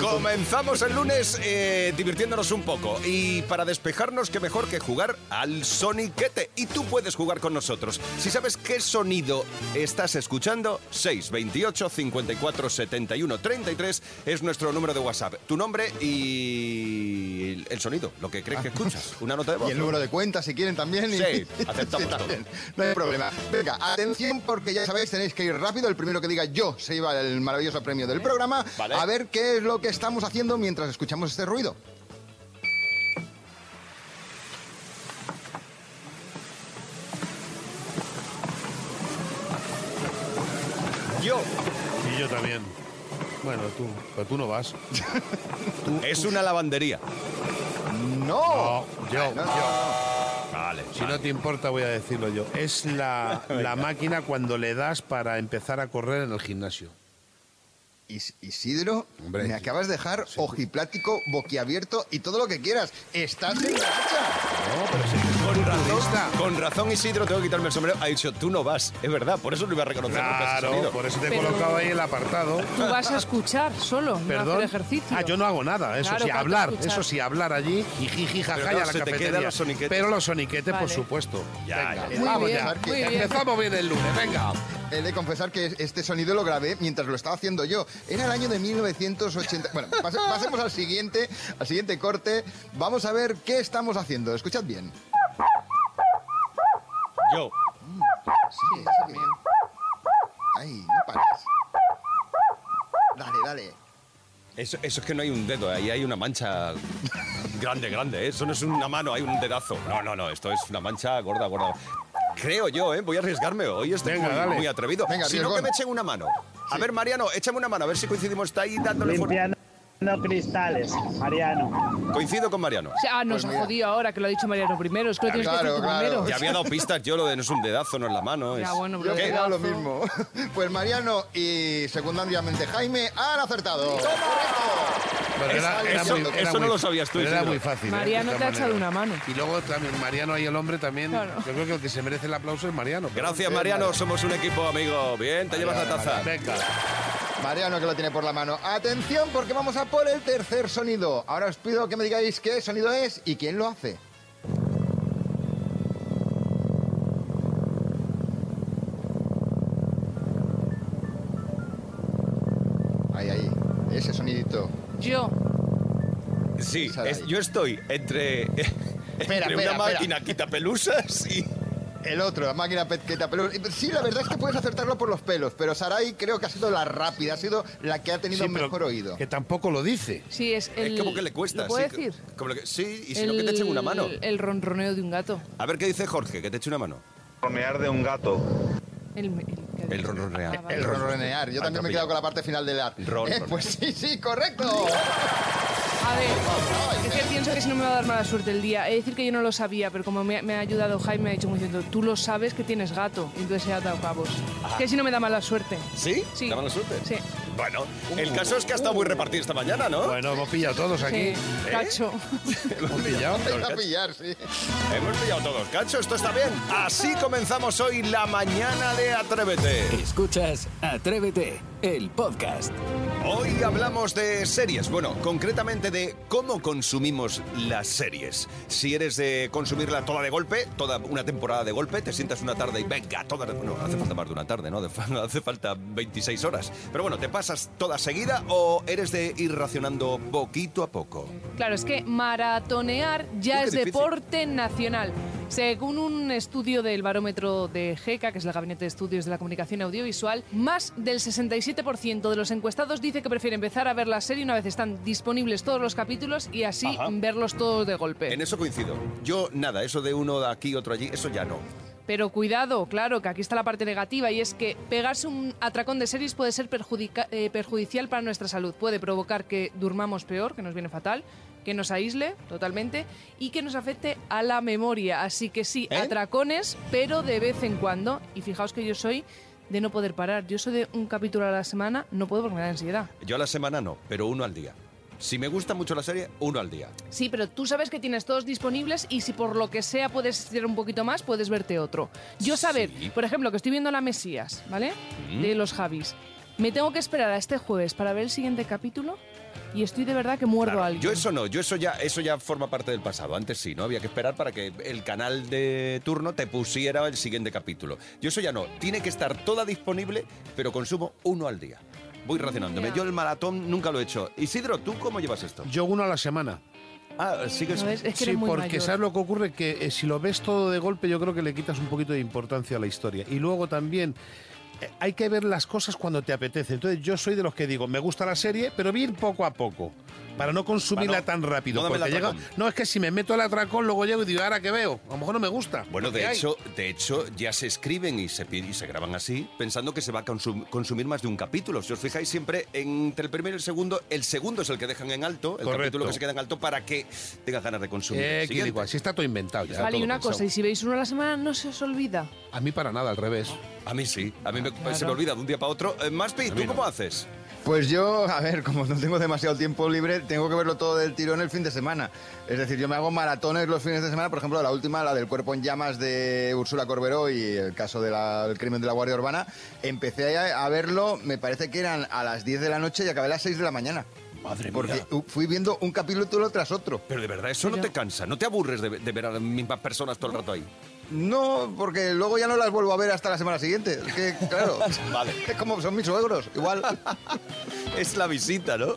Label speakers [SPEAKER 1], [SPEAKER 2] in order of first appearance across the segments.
[SPEAKER 1] Comenzamos el lunes eh, divirtiéndonos un poco y para despejarnos qué mejor que jugar al soniquete y tú puedes jugar con nosotros. Si sabes qué sonido estás escuchando, 628 54 71 33 es nuestro número de WhatsApp. Tu nombre y el- el sonido, lo que crees que escuchas. Una nota de voz.
[SPEAKER 2] Ah. Y el número de cuenta, si quieren también. y-
[SPEAKER 1] Sí, aceptamos todo.
[SPEAKER 2] No hay problema. Venga, atención, porque ya sabéis, tenéis que ir rápido. El primero que diga yo se lleva el maravilloso premio del programa.
[SPEAKER 1] Vale.
[SPEAKER 2] A ver qué es lo que estamos haciendo mientras escuchamos este ruido.
[SPEAKER 1] Yo.
[SPEAKER 3] Y yo también. Bueno, tú, pero tú no vas.
[SPEAKER 1] Es una lavandería.
[SPEAKER 2] ¡No!
[SPEAKER 3] No, yo,
[SPEAKER 2] No,
[SPEAKER 3] yo.
[SPEAKER 1] Vale.
[SPEAKER 3] Si no te importa, voy a decirlo yo. Es la, la máquina cuando le das para empezar a correr en el gimnasio.
[SPEAKER 2] Is- Isidro,
[SPEAKER 3] Hombre.
[SPEAKER 2] me acabas de dejar ojiplático, boquiabierto y todo lo que quieras. Estás en racha.
[SPEAKER 3] No, pero si eres
[SPEAKER 1] Con
[SPEAKER 3] futbolista.
[SPEAKER 1] razón, con razón, Isidro, tengo que quitarme el sombrero. Ha dicho, tú no vas. Es verdad, por Pues eso no iba a reconocer nunca ese
[SPEAKER 3] Claro,
[SPEAKER 1] sonido.
[SPEAKER 3] por eso te he
[SPEAKER 4] Pero-
[SPEAKER 3] colocado ahí el apartado.
[SPEAKER 4] Tú vas a escuchar solo, no
[SPEAKER 3] Perdón.
[SPEAKER 4] hacer ejercicio.
[SPEAKER 3] Ah, yo no hago nada, eso
[SPEAKER 4] Claro,
[SPEAKER 3] sí,
[SPEAKER 4] falta
[SPEAKER 3] hablar,
[SPEAKER 4] escuchar.
[SPEAKER 3] eso sí, hablar allí y jiji jaja
[SPEAKER 1] Pero
[SPEAKER 3] y
[SPEAKER 1] no,
[SPEAKER 3] a la
[SPEAKER 1] se te
[SPEAKER 3] cafetería.
[SPEAKER 1] quedan los soniquetes.
[SPEAKER 3] Pero los soniquetes, por
[SPEAKER 4] Vale.
[SPEAKER 3] supuesto.
[SPEAKER 1] Ya,
[SPEAKER 3] Venga,
[SPEAKER 1] ya,
[SPEAKER 2] ya.
[SPEAKER 3] vamos
[SPEAKER 2] Muy
[SPEAKER 3] ya.
[SPEAKER 2] bien, muy
[SPEAKER 4] bien.
[SPEAKER 3] Empezamos bien el lunes, venga.
[SPEAKER 2] He de confesar que este sonido lo grabé mientras lo estaba haciendo yo. Era el año de 1980. Bueno, pase- pasemos al siguiente, al siguiente corte. Vamos a ver qué estamos haciendo. Escuchad bien.
[SPEAKER 1] Yo.
[SPEAKER 2] Sí, sí. Ay, no pares. Dale, dale.
[SPEAKER 1] Eso, eso es que no hay un dedo, ahí hay una mancha grande, grande. ¿eh? Eso no es una mano, hay un dedazo. No, no, no, esto es una mancha gorda, gorda. Creo yo, ¿eh? Voy a arriesgarme hoy, estoy
[SPEAKER 3] Venga,
[SPEAKER 1] muy,
[SPEAKER 3] dale.
[SPEAKER 1] muy atrevido.
[SPEAKER 2] Venga,
[SPEAKER 1] si no,
[SPEAKER 2] arriesgón.
[SPEAKER 1] que me echen una mano. A ver, Mariano, échame una mano, a ver si coincidimos. Está ahí dándole fuerte.
[SPEAKER 5] Limpiando cristales, Mariano.
[SPEAKER 1] Coincido con Mariano.
[SPEAKER 4] O sea, Ah, nos
[SPEAKER 2] Pues
[SPEAKER 4] ha
[SPEAKER 2] mira.
[SPEAKER 4] jodido ahora que lo ha dicho Mariano primero. Es que lo tienes que
[SPEAKER 2] Claro,
[SPEAKER 4] decir tú
[SPEAKER 2] claro.
[SPEAKER 4] primero.
[SPEAKER 1] Ya había dado pistas yo, lo de no es un dedazo, no es la mano.
[SPEAKER 4] Ya,
[SPEAKER 1] es-
[SPEAKER 4] bueno,
[SPEAKER 2] Yo
[SPEAKER 4] pero
[SPEAKER 1] ¿Qué?
[SPEAKER 2] he
[SPEAKER 4] ¿qué?
[SPEAKER 2] lo mismo. Pues Mariano y secundariamente Jaime han acertado.
[SPEAKER 3] Pero era, era
[SPEAKER 1] eso-
[SPEAKER 3] muy- era
[SPEAKER 1] eso
[SPEAKER 3] muy-
[SPEAKER 1] no lo sabías tú,
[SPEAKER 3] pero Era
[SPEAKER 1] Isidro.
[SPEAKER 3] muy fácil. ¿eh?
[SPEAKER 4] Mariano
[SPEAKER 3] De
[SPEAKER 4] te ha
[SPEAKER 3] todas
[SPEAKER 4] echado
[SPEAKER 3] maneras.
[SPEAKER 4] una mano.
[SPEAKER 3] Y luego también Mariano y el hombre también.
[SPEAKER 4] Claro.
[SPEAKER 3] Yo creo que el que se merece el aplauso es Mariano. pero-
[SPEAKER 1] Gracias, Mariano, somos un equipo, amigo. Bien, te llevas la taza.
[SPEAKER 3] Venga.
[SPEAKER 2] Mariano que lo tiene por la mano. Atención porque vamos a por el tercer sonido. Ahora os pido que me digáis qué sonido es y quién lo hace. Ahí, ahí. Ese sonidito.
[SPEAKER 4] Yo,
[SPEAKER 1] Sí,
[SPEAKER 2] Sara,
[SPEAKER 1] es-
[SPEAKER 2] ahí.
[SPEAKER 1] yo estoy entre,
[SPEAKER 2] Espera,
[SPEAKER 1] entre
[SPEAKER 2] espera,
[SPEAKER 1] una máquina
[SPEAKER 2] espera.
[SPEAKER 1] quitapelusas y...
[SPEAKER 2] El otro, la máquina petqueta pelú. Sí, la verdad es que puedes acertarlo por los pelos, pero Sarai creo que ha sido la rápida, ha sido la que ha tenido
[SPEAKER 3] Sí, pero
[SPEAKER 2] mejor oído.
[SPEAKER 3] Que tampoco lo dice.
[SPEAKER 4] sí, es el...
[SPEAKER 1] es como que le cuesta.
[SPEAKER 4] ¿Lo puedo
[SPEAKER 1] sí,
[SPEAKER 4] decir?
[SPEAKER 1] como que- sí, y si no, que te echen una mano.
[SPEAKER 4] El ronroneo de un gato.
[SPEAKER 1] A ver qué dice Jorge, que te eche una mano.
[SPEAKER 6] Romear de un gato.
[SPEAKER 4] El, el, el-
[SPEAKER 1] El ronronear.
[SPEAKER 4] Ah, vale.
[SPEAKER 2] El ronronear. Yo también me he quedado con la parte final del ar.
[SPEAKER 1] Ronronear.
[SPEAKER 2] Eh, pues sí, sí, correcto.
[SPEAKER 4] A ver, es que pienso que si no me va a dar mala suerte el día. Es decir que yo no lo sabía, pero como me, me ha ayudado Jaime, me ha dicho muy cierto, tú lo sabes que tienes gato. Y entonces he atado cabos. Es que si no me da mala suerte.
[SPEAKER 1] ¿Sí?
[SPEAKER 4] Sí.
[SPEAKER 1] Ah. ¿Da mala suerte?
[SPEAKER 4] Sí. Uh.
[SPEAKER 1] Bueno, el caso es que ha estado muy repartido esta mañana, ¿no?
[SPEAKER 3] Bueno, hemos pillado todos aquí.
[SPEAKER 1] ¿Eh?
[SPEAKER 4] Sí, Cacho.
[SPEAKER 3] Hemos pillado.
[SPEAKER 2] Te va a pillar, sí.
[SPEAKER 1] Hemos pillado todos, cacho, esto está bien. Así comenzamos hoy la mañana de Atrévete.
[SPEAKER 7] Escuchas Atrévete, el podcast.
[SPEAKER 1] Hoy hablamos de series, bueno, concretamente de cómo consumimos las series. Si eres de consumirla toda de golpe, toda una temporada de golpe, te sientas una tarde y venga, toda... No, hace falta más de una tarde, ¿no? De- hace falta 26 horas. Pero bueno, ¿te pasas toda seguida o eres de ir racionando poquito a poco?
[SPEAKER 4] Claro, es que maratonear
[SPEAKER 1] Uy,
[SPEAKER 4] ya
[SPEAKER 1] qué
[SPEAKER 4] es
[SPEAKER 1] difícil.
[SPEAKER 4] deporte nacional. Según un estudio del barómetro de GECA, que es el Gabinete de Estudios de la Comunicación Audiovisual, más del 67% de los encuestados dice que prefiere empezar a ver la serie una vez están disponibles todos los capítulos y así
[SPEAKER 1] Ajá.
[SPEAKER 4] verlos todos de golpe.
[SPEAKER 1] En eso coincido. Yo nada, eso de uno de aquí, otro allí, eso ya no.
[SPEAKER 4] Pero cuidado, claro, que aquí está la parte negativa y es que pegarse un atracón de series puede ser perjudica- eh, perjudicial para nuestra salud. Puede provocar que durmamos peor, que nos viene fatal, que nos aísle totalmente y que nos afecte a la memoria. Así que sí,
[SPEAKER 1] ¿Eh?
[SPEAKER 4] atracones, pero de vez en cuando. Y fijaos que yo soy de no poder parar. Yo soy de un capítulo a la semana, no puedo porque me da ansiedad.
[SPEAKER 1] Yo a la semana no, pero uno al día. Si me gusta mucho la serie, uno al día.
[SPEAKER 4] Sí, pero tú sabes que tienes todos disponibles y si por lo que sea puedes tirar un poquito más, puedes verte otro. Yo saber,
[SPEAKER 1] Sí. Mm.
[SPEAKER 4] por ejemplo, que estoy viendo La Mesías, ¿vale? De los Javis. Me tengo que esperar a este jueves para ver el siguiente capítulo y estoy de verdad que muerdo
[SPEAKER 1] Claro,
[SPEAKER 4] a alguien.
[SPEAKER 1] Yo eso no, yo eso ya, eso ya forma parte del pasado. Antes sí, ¿no? Había que esperar para que el canal de turno te pusiera el siguiente capítulo. Yo eso ya no. Tiene que estar toda disponible, pero consumo uno al día. Voy racionándome.
[SPEAKER 4] Ya.
[SPEAKER 1] Yo el maratón nunca lo he hecho. Isidro, ¿tú cómo llevas esto?
[SPEAKER 3] Yo uno a la semana.
[SPEAKER 1] Ah, sigues.
[SPEAKER 4] ¿No ves? Es que
[SPEAKER 3] sí,
[SPEAKER 4] eres muy
[SPEAKER 3] porque
[SPEAKER 4] mayor.
[SPEAKER 3] sabes lo que ocurre, que eh, si lo ves todo de golpe, yo creo que le quitas un poquito de importancia a la historia. Y luego también eh, hay que ver las cosas cuando te apetece. Entonces yo soy de los que digo, me gusta la serie, pero bien poco a poco. Para no consumirla
[SPEAKER 1] Para no-
[SPEAKER 3] tan rápido.
[SPEAKER 1] no darme el
[SPEAKER 3] porque llega-
[SPEAKER 1] atracón.
[SPEAKER 3] no, es que si me meto al atracón, luego llego y digo, ahora que veo, a lo mejor no me gusta.
[SPEAKER 1] Bueno,
[SPEAKER 3] ¿Qué
[SPEAKER 1] de
[SPEAKER 3] hay?
[SPEAKER 1] hecho, de hecho, ya se escriben y se, pi- y se graban así, pensando que se va a consum- consumir más de un capítulo. Si os fijáis, siempre entre el primero y el segundo, el segundo es el que dejan en alto, el
[SPEAKER 3] Correcto.
[SPEAKER 1] capítulo que se queda en alto para que tengas ganas de consumir.
[SPEAKER 3] Eh, que
[SPEAKER 1] Siguiente.
[SPEAKER 3] digo, así está todo inventado ya.
[SPEAKER 4] Vale, y
[SPEAKER 1] todo
[SPEAKER 4] una
[SPEAKER 1] pensado.
[SPEAKER 4] cosa, y si veis uno a la semana, no se os olvida.
[SPEAKER 3] A mí para nada, al revés.
[SPEAKER 1] A mí sí, a mí me- se me
[SPEAKER 4] claro.
[SPEAKER 1] olvida de un día para otro. Eh, Maspi, ¿tú cómo haces?
[SPEAKER 2] Pues yo, a ver, como no tengo demasiado tiempo libre, tengo que verlo todo del tirón el fin de semana. Es decir, yo me hago maratones los fines de semana, por ejemplo, la última, la del cuerpo en llamas de Úrsula Corberó y el caso del crimen de la Guardia Urbana. Empecé a, a verlo, me parece que eran a las 10 de la noche y acabé a las 6 de la mañana.
[SPEAKER 1] Madre
[SPEAKER 2] Porque
[SPEAKER 1] mía.
[SPEAKER 2] u- fui viendo un capítulo tras otro.
[SPEAKER 1] Pero de verdad, eso no
[SPEAKER 4] Pero-
[SPEAKER 1] te cansa, no te aburres de, de ver a las mismas personas todo el rato ahí.
[SPEAKER 2] No, porque luego ya no las vuelvo a ver hasta la semana siguiente. Es que, claro,
[SPEAKER 1] Vale.
[SPEAKER 2] es como son mis suegros. Igual,
[SPEAKER 1] Es la visita, ¿no?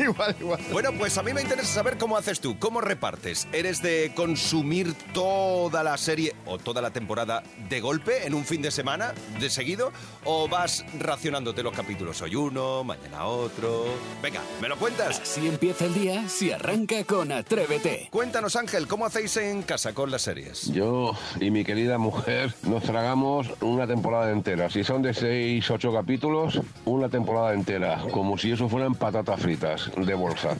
[SPEAKER 2] igual, igual.
[SPEAKER 1] Bueno, pues a mí me interesa saber cómo haces tú, cómo repartes. ¿Eres de consumir toda la serie o toda la temporada de golpe en un fin de semana, de seguido? ¿O vas racionándote los capítulos? Hoy uno, mañana otro. Venga, ¿me lo cuentas?
[SPEAKER 7] Así empieza el día si arranca con Atrévete.
[SPEAKER 1] Cuéntanos, Ángel, ¿cómo hacéis en casa con las series?
[SPEAKER 6] Yo y mi querida mujer nos tragamos una temporada entera. Si son de 6, 8 capítulos, una temporada entera. Como si eso fueran patatas fritas de bolsa.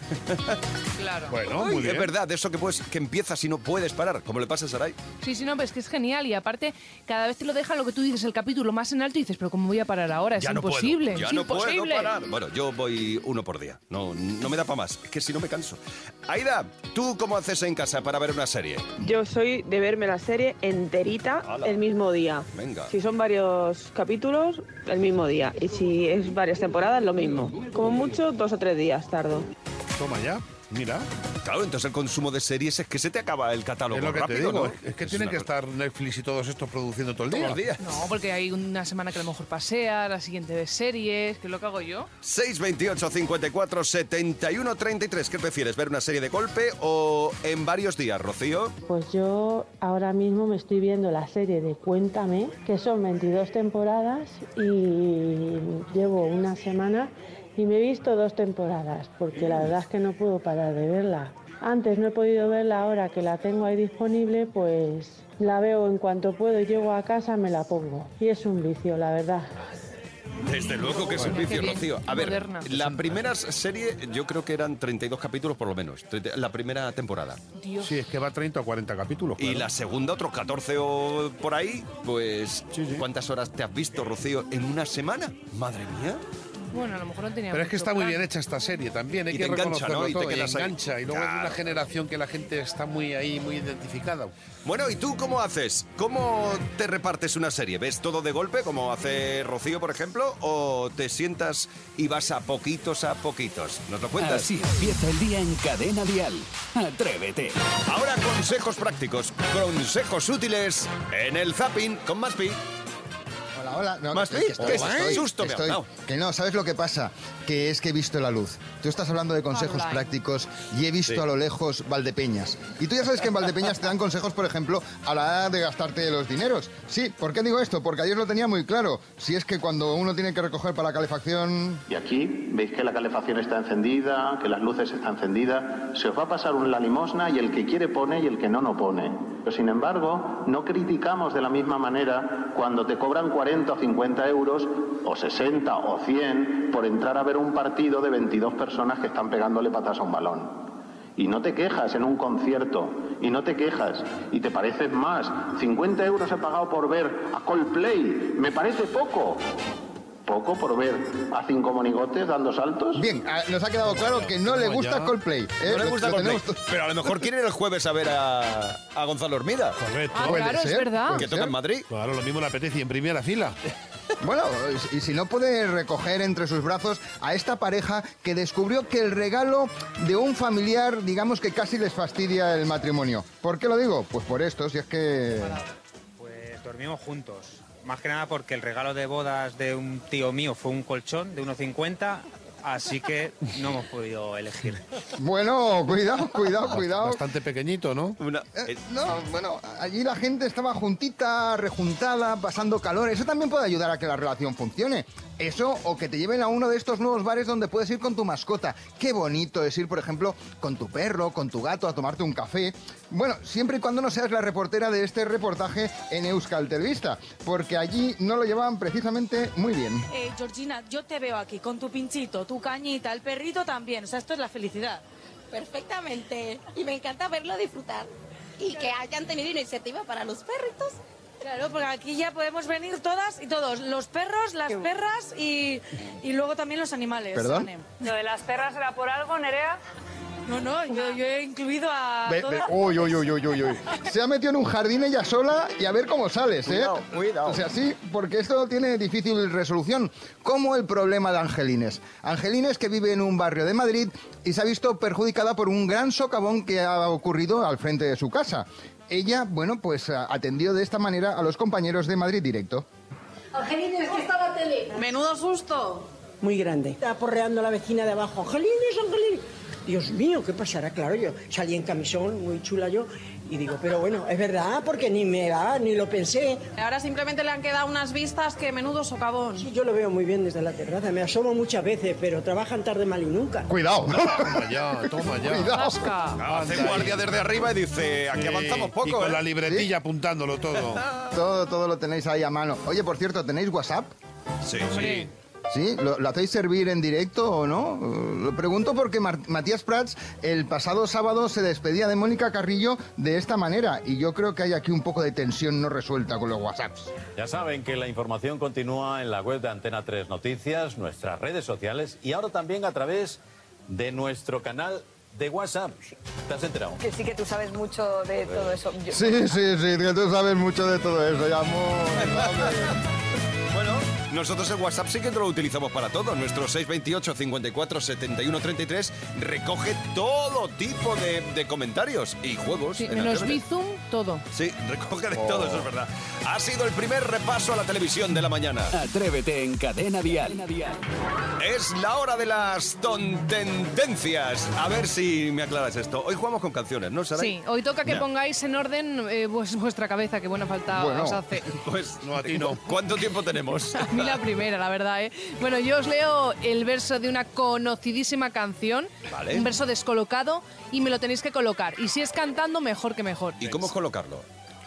[SPEAKER 4] Claro.
[SPEAKER 3] Bueno,
[SPEAKER 1] Ay,
[SPEAKER 3] muy bien.
[SPEAKER 1] Es verdad, de eso que, puedes, que empiezas y no puedes parar, como le pasa a Saray.
[SPEAKER 4] Sí, sí, no, pero es que es genial y aparte cada vez te lo dejan lo que tú dices, el capítulo más en alto y dices, pero ¿cómo voy a parar ahora? Es
[SPEAKER 1] Ya no puedo,
[SPEAKER 4] imposible,
[SPEAKER 1] ya
[SPEAKER 4] es
[SPEAKER 1] no puedo
[SPEAKER 4] imposible.
[SPEAKER 1] parar. Bueno, yo voy uno por día. No, no me da para más. Es que si no me canso. Aida, ¿tú cómo haces en casa para ver una serie?
[SPEAKER 8] Yo soy de verme la serie enterita
[SPEAKER 1] Hala.
[SPEAKER 8] el mismo día.
[SPEAKER 1] Venga.
[SPEAKER 8] Si son varios capítulos, el mismo día. Y si es varias temporadas, lo mismo. Como mucho, dos o tres días tardo.
[SPEAKER 3] Toma ya, mira.
[SPEAKER 1] Claro, entonces el consumo de series es que se te acaba el catálogo
[SPEAKER 3] Es lo que
[SPEAKER 1] rápido,
[SPEAKER 3] te digo.
[SPEAKER 1] ¿no?
[SPEAKER 3] Es que tienen
[SPEAKER 1] una
[SPEAKER 3] que
[SPEAKER 1] cosa.
[SPEAKER 3] estar Netflix y todos estos produciendo todo el
[SPEAKER 1] Todos
[SPEAKER 3] día.
[SPEAKER 1] los días.
[SPEAKER 4] No, porque hay una semana que a lo mejor pasea, la siguiente ve series, que es lo que hago yo.
[SPEAKER 1] 628 54 71 33. ¿Qué prefieres? ¿Ver una serie de golpe o en varios días, Rocío?
[SPEAKER 9] Pues yo ahora mismo me estoy viendo la serie de Cuéntame, que son 22 temporadas y llevo una semana y me he visto dos temporadas, porque la verdad es que no puedo parar de verla. Antes no he podido verla, ahora que la tengo ahí disponible, pues la veo en cuanto puedo, llego a casa, me la pongo. Y es un vicio, la verdad.
[SPEAKER 1] Desde luego que es un
[SPEAKER 4] Bueno.
[SPEAKER 1] vicio,
[SPEAKER 4] Qué bien,
[SPEAKER 1] Rocío. A ver,
[SPEAKER 4] moderna.
[SPEAKER 1] la primera serie yo creo que eran 32 capítulos por lo menos. 30 La primera temporada.
[SPEAKER 4] Dios.
[SPEAKER 3] Sí, es que va a 30 o 40 capítulos.
[SPEAKER 1] Y
[SPEAKER 3] claro.
[SPEAKER 1] la segunda, otros 14 o por ahí, pues
[SPEAKER 3] Sí, sí.
[SPEAKER 1] ¿cuántas horas te has visto, Rocío, en una semana? Madre mía.
[SPEAKER 4] Bueno, a lo mejor no tenía
[SPEAKER 3] Pero es que
[SPEAKER 4] mucho
[SPEAKER 3] está muy
[SPEAKER 4] plan.
[SPEAKER 3] bien hecha esta serie también, hay
[SPEAKER 1] Y
[SPEAKER 3] que
[SPEAKER 1] te engancha,
[SPEAKER 3] reconocerlo
[SPEAKER 1] ¿no? Y te
[SPEAKER 3] todo,
[SPEAKER 1] quedas ahí.
[SPEAKER 3] engancha. Y luego es
[SPEAKER 1] Claro.
[SPEAKER 3] una generación que la gente está muy ahí, muy identificada.
[SPEAKER 1] Bueno, ¿y tú cómo haces? ¿Cómo te repartes una serie? ¿Ves todo de golpe, como hace Rocío, por ejemplo? ¿O te sientas y vas a poquitos a poquitos? ¿Nos lo cuentas?
[SPEAKER 7] Así empieza el día en cadena dial. Atrévete.
[SPEAKER 1] Ahora consejos prácticos, consejos útiles en el zapping con Maspi.
[SPEAKER 2] Hola, hola. No,
[SPEAKER 1] ¿Más
[SPEAKER 2] que- que
[SPEAKER 1] sí? ¿Qué
[SPEAKER 2] que
[SPEAKER 1] es? Susto me ha
[SPEAKER 2] estoy-
[SPEAKER 1] dado.
[SPEAKER 2] Que no, ¿sabes lo que pasa? Que es que he visto la luz. Tú estás hablando de consejos
[SPEAKER 4] Online.
[SPEAKER 2] prácticos y he visto
[SPEAKER 1] Sí.
[SPEAKER 2] a lo lejos Valdepeñas. Y tú ya sabes que en Valdepeñas te dan consejos, por ejemplo, a la hora de gastarte los dineros. Sí, ¿por qué digo esto? Porque ayer lo tenía muy claro. Si es que cuando uno tiene que recoger para la calefacción...
[SPEAKER 10] Y aquí veis que la calefacción está encendida, que las luces están encendidas. Se os va a pasar una limosna y el que quiere pone y el que no, no pone. Pero sin embargo, no criticamos de la misma manera cuando te cobran 40 o 50 euros o 60 o 100 por entrar a ver un partido de 22 personas que están pegándole patas a un balón. Y no te quejas en un concierto, y no te quejas, y te pareces más. 50 euros he pagado por ver a Coldplay, me parece poco poco por ver a cinco monigotes dando saltos.
[SPEAKER 2] Bien, a- nos ha quedado claro que no le gusta Coldplay. ¿eh?
[SPEAKER 1] No le
[SPEAKER 2] Lo-
[SPEAKER 1] gusta
[SPEAKER 2] lo
[SPEAKER 1] Coldplay.
[SPEAKER 2] tenemos to-
[SPEAKER 1] Pero a lo mejor quieren el jueves a ver a, a Gonzalo Hormida.
[SPEAKER 3] Correcto.
[SPEAKER 4] Ah,
[SPEAKER 2] Puede
[SPEAKER 4] claro, es
[SPEAKER 2] ser,
[SPEAKER 4] verdad.
[SPEAKER 1] Que toca en Madrid.
[SPEAKER 3] Claro, lo mismo le apetece y en primera fila.
[SPEAKER 2] Bueno, y si no puede recoger entre sus brazos a esta pareja que descubrió que el regalo de un familiar, digamos que casi les fastidia el matrimonio. ¿Por qué lo digo? Pues por esto, si es que...
[SPEAKER 11] Pues dormimos juntos. Más que nada porque el regalo de bodas de un tío mío fue un colchón de 1,50, así que no hemos podido elegir.
[SPEAKER 2] Bueno, cuidado, cuidado, cuidado.
[SPEAKER 3] Bastante pequeñito, ¿no?
[SPEAKER 1] Una-
[SPEAKER 2] Eh,
[SPEAKER 1] eh,
[SPEAKER 2] No, bueno, allí la gente estaba juntita, rejuntada, pasando calor. Eso también puede ayudar a que la relación funcione. Eso o que te lleven a uno de estos nuevos bares donde puedes ir con tu mascota. Qué bonito es ir, por ejemplo, con tu perro, con tu gato a tomarte un café. Bueno, siempre y cuando no seas la reportera de este reportaje en Euskal Televista, porque allí no lo llevaban precisamente muy bien.
[SPEAKER 12] Eh, Georgina, yo te veo aquí con tu pinchito, tu cañita, el perrito también. O sea, esto es la felicidad.
[SPEAKER 13] Perfectamente. Y me encanta verlo disfrutar. Y que hayan tenido iniciativa para los perritos.
[SPEAKER 12] Claro, porque aquí ya podemos venir todas y todos. Los perros, las perras y, y luego también los animales.
[SPEAKER 2] ¿Perdón?
[SPEAKER 12] Ane. Lo de las perras era por algo, Nerea. No, no, yo, yo he incluido a
[SPEAKER 2] Ve- ve-
[SPEAKER 12] todas.
[SPEAKER 3] oh,
[SPEAKER 2] uy, uy, uy, uy, uy, uy. Se ha metido en un jardín ella sola y a ver cómo sales, ¿eh?
[SPEAKER 1] Cuidado, cuidado.
[SPEAKER 2] O sea, sí, porque esto tiene difícil resolución. Como el problema de Angelines. Angelines que vive en un barrio de Madrid y se ha visto perjudicada por un gran socavón que ha ocurrido al frente de su casa. Ella, bueno, pues a- atendió de esta manera a los compañeros de Madrid Directo.
[SPEAKER 13] Angelines, ¿qué está la tele? Menudo susto.
[SPEAKER 14] muy grande. Está porreando la vecina de abajo, Angelines, Angelines. Dios mío, ¿qué pasará? Claro, yo salí en camisón, muy chula yo, y digo, pero bueno, es verdad, porque ni me da, ni lo pensé.
[SPEAKER 13] Ahora simplemente le han quedado unas vistas que menudo socavón.
[SPEAKER 14] Sí, yo lo veo muy bien desde la terraza, me asomo muchas veces, pero trabajan tarde mal y nunca.
[SPEAKER 2] Cuidado.
[SPEAKER 3] Toma ya, toma ya.
[SPEAKER 2] Cuidado.
[SPEAKER 4] Zasca.
[SPEAKER 1] Ah, Hace
[SPEAKER 3] Anda
[SPEAKER 1] guardia
[SPEAKER 3] ahí.
[SPEAKER 1] desde arriba y dice, aquí
[SPEAKER 3] Sí,
[SPEAKER 1] avanzamos
[SPEAKER 3] Y
[SPEAKER 1] poco.
[SPEAKER 3] con
[SPEAKER 1] ¿eh?
[SPEAKER 3] la libretilla apuntándolo todo.
[SPEAKER 2] Todo, todo lo tenéis ahí a mano. Oye, por cierto, ¿tenéis WhatsApp?
[SPEAKER 1] Sí,
[SPEAKER 4] Hombre.
[SPEAKER 1] sí.
[SPEAKER 2] ¿Sí? ¿Lo, lo hacéis servir en directo o no? Eh, Lo pregunto porque Mar- Matías Prats el pasado sábado se despedía de Mónica Carrillo de esta manera y yo creo que hay aquí un poco de tensión no resuelta con los WhatsApps.
[SPEAKER 15] Ya saben que la información continúa en la web de Antena 3 Noticias, nuestras redes sociales y ahora también a través de nuestro canal de WhatsApp. ¿Te has enterado?
[SPEAKER 16] Que sí que tú sabes mucho de todo eso. Yo-
[SPEAKER 2] Sí, sí, sí, que tú sabes mucho de todo eso, ya, amor.
[SPEAKER 1] Bueno, nosotros el WhatsApp sí que lo utilizamos para todo. Nuestro 628 54 71 33 recoge todo tipo de, de comentarios y juegos.
[SPEAKER 4] Sí,
[SPEAKER 1] en
[SPEAKER 4] menos
[SPEAKER 1] Antena tres.
[SPEAKER 4] Bizum, todo.
[SPEAKER 1] Sí, recoge
[SPEAKER 2] Oh.
[SPEAKER 1] de todo, eso es verdad. Ha sido el primer repaso a la televisión de la mañana.
[SPEAKER 7] Atrévete en Cadena Dial.
[SPEAKER 1] Es la hora de las tontendencias. A ver si me aclaras esto. Hoy jugamos con canciones, ¿no, Saray?
[SPEAKER 4] Sí, hoy toca que
[SPEAKER 1] Ya.
[SPEAKER 4] pongáis en orden eh, vues- vuestra cabeza, que buena falta
[SPEAKER 2] Bueno.
[SPEAKER 4] os hace.
[SPEAKER 1] Pues
[SPEAKER 3] No, a ti no.
[SPEAKER 1] ¿Cuánto tiempo tenemos?
[SPEAKER 4] A mí la primera, la verdad, ¿eh? Bueno, yo os leo el verso de una conocidísima canción,
[SPEAKER 1] Vale.
[SPEAKER 4] un verso descolocado, y me lo tenéis que colocar. Y si es cantando, mejor que mejor.
[SPEAKER 1] ¿Y cómo colocarlo?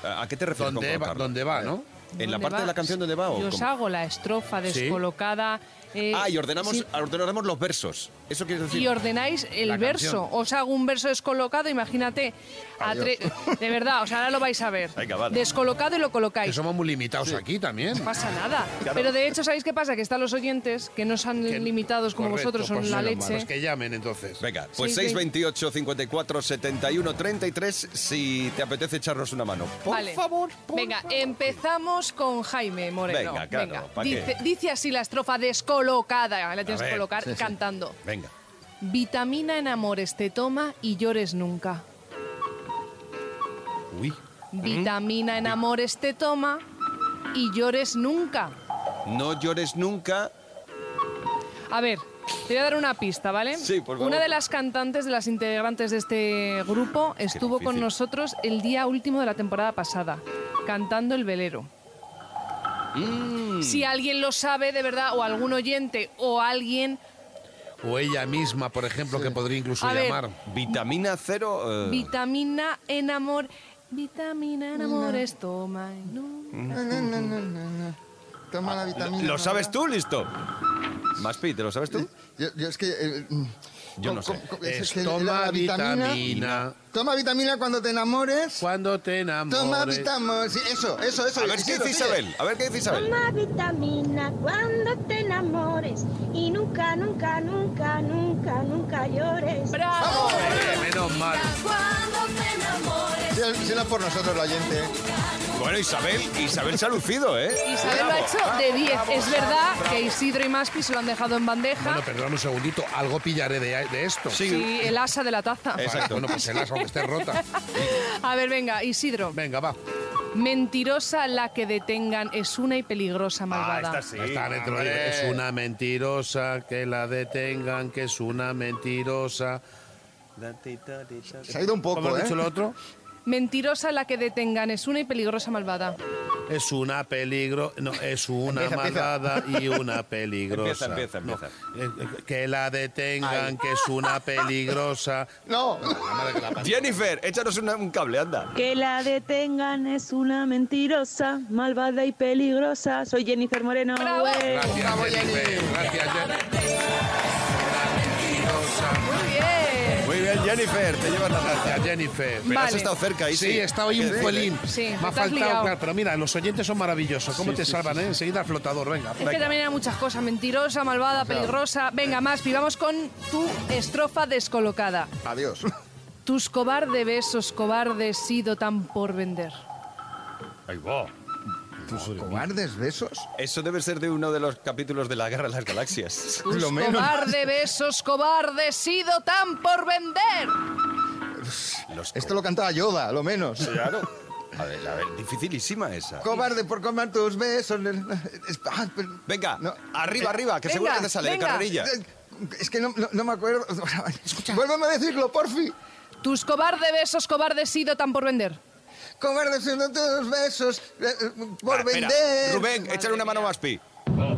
[SPEAKER 1] ¿A a qué te refieres con
[SPEAKER 3] Pues- ¿Dónde va,
[SPEAKER 1] colocarlo?
[SPEAKER 3] dónde va, no?
[SPEAKER 1] ¿En la
[SPEAKER 4] Pues, ¿Dónde
[SPEAKER 1] parte
[SPEAKER 4] va?
[SPEAKER 1] de la canción donde va o
[SPEAKER 4] Yo os
[SPEAKER 1] cómo?
[SPEAKER 4] hago la estrofa
[SPEAKER 3] Sí.
[SPEAKER 4] descolocada. eh,
[SPEAKER 1] Ah, y ordenamos,
[SPEAKER 4] sí,
[SPEAKER 1] ordenaremos los versos. ¿Eso quiere decir?
[SPEAKER 4] y ordenáis el
[SPEAKER 3] La
[SPEAKER 4] verso.
[SPEAKER 3] canción.
[SPEAKER 4] Os hago un verso descolocado, imagínate. a
[SPEAKER 2] Adiós.
[SPEAKER 4] tre- de verdad, o sea, ahora lo vais a ver.
[SPEAKER 1] Venga, vale.
[SPEAKER 4] Descolocado y lo
[SPEAKER 3] Que
[SPEAKER 4] colocáis.
[SPEAKER 3] somos muy limitados aquí también.
[SPEAKER 4] No pasa nada. Pero de hecho, ¿sabéis qué pasa? Que están los oyentes que no son
[SPEAKER 3] Que-
[SPEAKER 4] limitados como
[SPEAKER 3] Correcto,
[SPEAKER 4] vosotros, son
[SPEAKER 3] pues
[SPEAKER 4] la
[SPEAKER 3] menos mal.
[SPEAKER 4] leche.
[SPEAKER 3] Pues que llamen entonces.
[SPEAKER 1] Venga, pues
[SPEAKER 4] Sí, sí.
[SPEAKER 1] 628 54 71 33 si te apetece echarnos una mano. Por
[SPEAKER 4] Vale.
[SPEAKER 1] favor, por
[SPEAKER 4] Venga, eh.
[SPEAKER 1] favor.
[SPEAKER 4] empezamos con Jaime Moreno.
[SPEAKER 1] Venga, claro, ¿pa' qué?
[SPEAKER 4] Dice, dice así la estrofa descolocada. La tienes
[SPEAKER 1] ver,
[SPEAKER 4] que colocar
[SPEAKER 1] sí, sí.
[SPEAKER 4] cantando.
[SPEAKER 1] Venga.
[SPEAKER 4] Vitamina en amores te toma y llores nunca.
[SPEAKER 3] Uy.
[SPEAKER 4] Vitamina en amores te toma y llores nunca.
[SPEAKER 1] No llores nunca.
[SPEAKER 4] A ver, te voy a dar una pista, ¿vale?
[SPEAKER 1] Sí, por favor.
[SPEAKER 4] Una de las cantantes, de las integrantes de este grupo, estuvo con
[SPEAKER 1] difícil.
[SPEAKER 4] nosotros el día último de la temporada pasada, cantando El Velero.
[SPEAKER 1] Mm.
[SPEAKER 4] Si alguien lo sabe de verdad, o algún oyente, o alguien...
[SPEAKER 3] O ella misma, por ejemplo, que podría incluso
[SPEAKER 4] A ver.
[SPEAKER 3] llamar.
[SPEAKER 1] Vitamina cero. eh,
[SPEAKER 4] Vitamina en amor Vitamina en amores, toma. y no-
[SPEAKER 1] No,
[SPEAKER 2] no, no, no, no. Toma la vitamina.
[SPEAKER 1] Ah, ¿Lo sabes tú, listo? Maspi, ¿te lo sabes tú?
[SPEAKER 2] Yo, yo es que... eh, mm,
[SPEAKER 1] Yo no
[SPEAKER 2] co-
[SPEAKER 1] sé.
[SPEAKER 2] co-
[SPEAKER 1] Es
[SPEAKER 2] que
[SPEAKER 1] toma vitamina.
[SPEAKER 2] Toma vitamina cuando te enamores.
[SPEAKER 3] Cuando te enamores.
[SPEAKER 2] Toma vitamina. Sí, eso, eso, eso.
[SPEAKER 1] A ver qué
[SPEAKER 2] Isidro,
[SPEAKER 1] dice
[SPEAKER 2] sigue.
[SPEAKER 1] Isabel. A ver qué dice Isabel.
[SPEAKER 17] Toma vitamina cuando te enamores y nunca, nunca, nunca, nunca, nunca llores. ¡Bravo!
[SPEAKER 3] Menos mal.
[SPEAKER 2] Sí, sí, no es por nosotros, la oyente.
[SPEAKER 1] Bueno, Isabel, Isabel se ha lucido, ¿eh?
[SPEAKER 4] Isabel lo ha
[SPEAKER 1] Bravo.
[SPEAKER 4] hecho de 10. Es verdad que Isidro y Maspi se lo han dejado en bandeja.
[SPEAKER 3] Bueno, perdóname un segundito, algo pillaré de, de esto.
[SPEAKER 4] Sí, el asa de la taza.
[SPEAKER 1] Eh.
[SPEAKER 3] Exacto. Bueno, pues el asa, aunque esté rota.
[SPEAKER 4] A ver, venga, Isidro.
[SPEAKER 3] Venga, va.
[SPEAKER 4] Mentirosa la que detengan es una y peligrosa
[SPEAKER 1] Ah,
[SPEAKER 4] malvada.
[SPEAKER 3] Está dentro de-
[SPEAKER 4] hombre.
[SPEAKER 3] Es una mentirosa, que la detengan, que es una mentirosa.
[SPEAKER 2] Se ha ido un poco,
[SPEAKER 3] ¿Cómo ha
[SPEAKER 2] ¿eh?
[SPEAKER 3] dicho el otro?
[SPEAKER 4] Mentirosa la que detengan es una y peligrosa malvada.
[SPEAKER 3] Es una peligro, no, es una
[SPEAKER 2] Empieza, empieza.
[SPEAKER 3] malvada y una peligrosa.
[SPEAKER 1] Empieza, empieza,
[SPEAKER 3] No,
[SPEAKER 1] empieza.
[SPEAKER 3] eh, eh, que la detengan, que es una peligrosa.
[SPEAKER 2] No.
[SPEAKER 1] Jennifer, échanos una- un cable, anda.
[SPEAKER 16] Que la detengan es una mentirosa, malvada y peligrosa. Soy Jennifer Moreno. ué.
[SPEAKER 3] Gracias, Jennifer. Gracias,
[SPEAKER 4] Jennifer.
[SPEAKER 1] Muy bien, Jennifer, te llevas la taza.
[SPEAKER 3] Jennifer.
[SPEAKER 1] Pero has estado cerca, Isi.
[SPEAKER 3] Sí, he estado ahí un
[SPEAKER 1] Sí.
[SPEAKER 3] pelín.
[SPEAKER 4] Sí,
[SPEAKER 3] Me
[SPEAKER 4] te
[SPEAKER 3] ha
[SPEAKER 4] has
[SPEAKER 3] faltado,
[SPEAKER 4] liado.
[SPEAKER 3] claro, pero mira, los oyentes son maravillosos. ¿Cómo
[SPEAKER 1] Sí,
[SPEAKER 3] te
[SPEAKER 1] sí,
[SPEAKER 3] salvan, eh? Enseguida el flotador, venga.
[SPEAKER 4] Es que también hay muchas cosas. Mentirosa, malvada,
[SPEAKER 3] Claro.
[SPEAKER 4] peligrosa. Venga, Maspi, vamos con tu estrofa descolocada.
[SPEAKER 2] Adiós.
[SPEAKER 4] Tus cobarde besos, cobarde sido tan por vender.
[SPEAKER 1] Ahí va.
[SPEAKER 2] ¿Tus cobardes besos?
[SPEAKER 1] Eso debe ser de uno de los capítulos de la Guerra de las Galaxias.
[SPEAKER 4] Tus cobarde besos, cobarde sido tan por vender.
[SPEAKER 2] Esto lo cantaba Yoda, lo menos.
[SPEAKER 1] Claro. A ver, a ver, dificilísima esa.
[SPEAKER 2] Cobarde por comer tus besos. Es- ah, pero-
[SPEAKER 1] Venga, arriba,
[SPEAKER 2] Eh,
[SPEAKER 1] arriba, que
[SPEAKER 2] venga,
[SPEAKER 1] seguro que te sale
[SPEAKER 4] venga.
[SPEAKER 1] de carrerilla.
[SPEAKER 2] Es que no, no- no me acuerdo. Vuélveme a decirlo, porfi.
[SPEAKER 4] Tus cobarde besos, cobarde sido tan por vender.
[SPEAKER 2] Cobarde siendo tus besos eh, eh, por
[SPEAKER 1] Ah, espera.
[SPEAKER 2] vender.
[SPEAKER 1] Rubén, échale una mano más, Pi.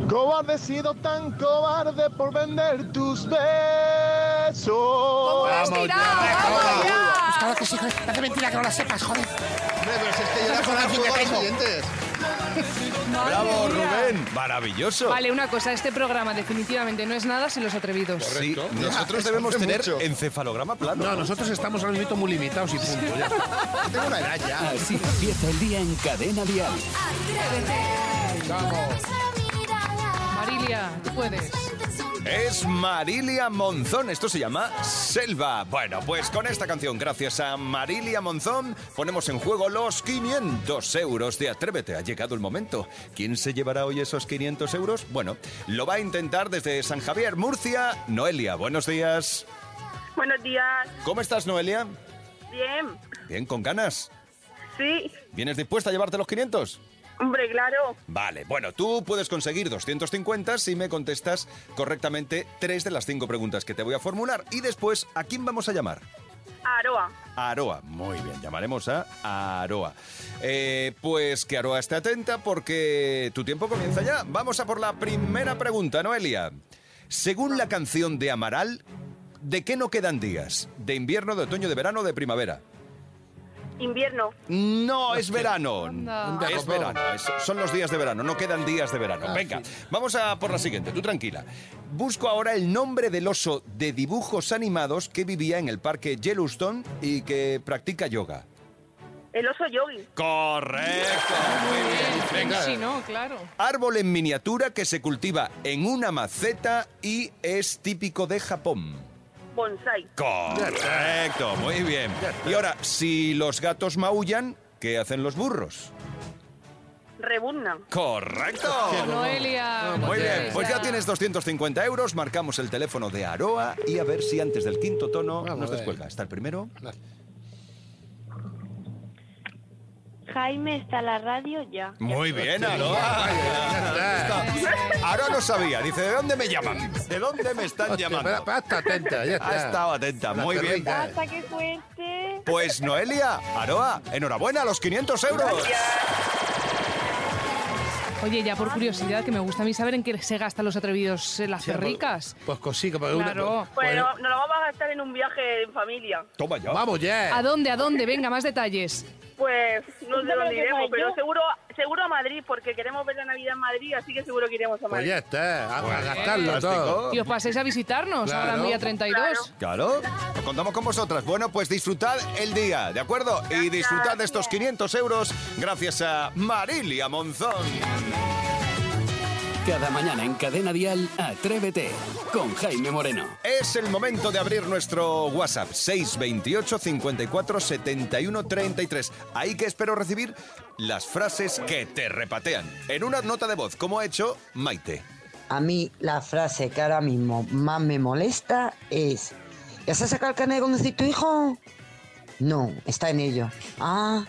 [SPEAKER 18] Cobarde he sido tan cobarde por vender tus besos.
[SPEAKER 4] has Vamos tirado? ya, Vamos vamos. ya.
[SPEAKER 19] Pues claro que sí, joder. Parece mentira que no la sepas, joder.
[SPEAKER 2] Hombre, pero si es que yo
[SPEAKER 19] Vamos
[SPEAKER 2] la
[SPEAKER 19] con la
[SPEAKER 2] conozco a los
[SPEAKER 19] cinco.
[SPEAKER 2] oyentes.
[SPEAKER 4] Madre
[SPEAKER 1] Bravo,
[SPEAKER 4] mía.
[SPEAKER 1] Rubén. Maravilloso.
[SPEAKER 4] Vale, una cosa, este programa definitivamente no es nada sin los atrevidos.
[SPEAKER 1] Sí, nosotros debemos
[SPEAKER 2] Hace
[SPEAKER 1] tener
[SPEAKER 2] mucho.
[SPEAKER 1] encefalograma plano.
[SPEAKER 3] No, nosotros estamos ahora mismo muy limitados y punto. ya está.
[SPEAKER 2] Tengo una edad ya.
[SPEAKER 7] Así empieza el día en cadena dial.
[SPEAKER 4] Marilia, tú puedes.
[SPEAKER 1] Es Marilia Monzón, esto se llama Selva. Bueno, pues con esta canción, gracias a Marilia Monzón, ponemos en juego los 500 euros de Atrévete. Ha llegado el momento. ¿Quién se llevará hoy esos 500 euros? Bueno, lo va a intentar desde San Javier, Murcia. Noelia, buenos días.
[SPEAKER 20] Buenos días.
[SPEAKER 1] ¿Cómo estás, Noelia?
[SPEAKER 20] Bien.
[SPEAKER 1] Bien, con ganas.
[SPEAKER 20] Sí.
[SPEAKER 1] ¿Vienes dispuesta a llevarte los 500?
[SPEAKER 20] Hombre, claro.
[SPEAKER 1] Vale, bueno, tú puedes conseguir 250 si me contestas correctamente tres de las cinco preguntas que te voy a formular. Y después, ¿a quién vamos a llamar?
[SPEAKER 20] Aroa.
[SPEAKER 1] A Aroa. Muy bien, llamaremos a Aroa. Eh, pues que Aroa esté atenta porque tu tiempo comienza ya. Vamos a por la primera pregunta, Noelia. Según la canción de Amaral, ¿de qué no quedan días? ¿De invierno, de otoño, de verano o de primavera?
[SPEAKER 20] Invierno.
[SPEAKER 1] No, es verano.
[SPEAKER 20] Anda.
[SPEAKER 1] Es verano. es- son los días de verano, no quedan días de verano. Venga, vamos a por la siguiente, tú tranquila. Busco ahora el nombre del oso de dibujos animados que vivía en el parque Yellowstone y que practica yoga.
[SPEAKER 20] El oso yogi.
[SPEAKER 1] Correcto. Muy bien.
[SPEAKER 4] Sí,
[SPEAKER 1] Venga.
[SPEAKER 4] no, claro.
[SPEAKER 1] Árbol en miniatura que se cultiva en una maceta y es típico de Japón.
[SPEAKER 20] Bonsai.
[SPEAKER 1] Correcto, muy bien. Y ahora, si los gatos maullan, ¿qué hacen los burros?
[SPEAKER 20] Rebunda.
[SPEAKER 1] Correcto.
[SPEAKER 4] Noelia.
[SPEAKER 1] Muy bien, pues ya
[SPEAKER 4] Noelia.
[SPEAKER 1] tienes 250 euros, marcamos el teléfono de Aroa y a ver si antes del quinto tono nos descuelga. ¿Está el primero?
[SPEAKER 17] Jaime está la radio ya.
[SPEAKER 1] Muy bien, Aroa. Aroa lo sabía, dice, ¿de dónde me llaman? ¿De dónde me están
[SPEAKER 3] Hostia,
[SPEAKER 1] llamando?
[SPEAKER 3] pero- pero está atenta, ya está.
[SPEAKER 1] Ha estado atenta,
[SPEAKER 3] La
[SPEAKER 1] muy bien.
[SPEAKER 3] perrita.
[SPEAKER 17] qué fuerte!
[SPEAKER 1] Pues Noelia, Aroa, enhorabuena a los 500 euros.
[SPEAKER 4] Oye, ya por curiosidad, que me gusta a mí saber en qué se gastan los atrevidos eh, las
[SPEAKER 3] Sí, pues-
[SPEAKER 4] perricas.
[SPEAKER 3] Pues cosica, para
[SPEAKER 4] Claro.
[SPEAKER 3] una. pues,
[SPEAKER 20] Bueno, nos lo vamos a gastar en un viaje en familia.
[SPEAKER 1] Toma ya.
[SPEAKER 3] Vamos ya.
[SPEAKER 4] ¿A dónde? ¿A dónde? Venga, más detalles.
[SPEAKER 20] Pues no sé
[SPEAKER 4] Pero
[SPEAKER 20] dónde
[SPEAKER 4] que
[SPEAKER 20] iremos,
[SPEAKER 4] vaya.
[SPEAKER 20] pero seguro, seguro a Madrid, porque queremos ver la Navidad en Madrid, así que seguro que iremos a
[SPEAKER 3] Pues
[SPEAKER 20] Madrid.
[SPEAKER 3] ya está, a, a
[SPEAKER 1] Pues
[SPEAKER 3] gastarlo
[SPEAKER 1] fantástico.
[SPEAKER 3] todo.
[SPEAKER 4] Y os paséis a visitarnos ahora en
[SPEAKER 1] Claro.
[SPEAKER 4] día 32.
[SPEAKER 1] Claro, lo contamos con vosotras. Bueno, pues disfrutad el día, ¿de acuerdo? Y disfrutad de estos 500 euros gracias a Marilia Monzón.
[SPEAKER 7] Cada mañana en Cadena Dial, Atrévete con Jaime Moreno.
[SPEAKER 1] Es el momento de abrir nuestro WhatsApp 628 54 71 33. Ahí que espero recibir las frases que te repatean en una nota de voz, como ha hecho Maite.
[SPEAKER 21] A mí la frase que ahora mismo más me molesta es ¿Ya se ha sacado el carnet de conducir tu hijo? No, está en ello. Ah,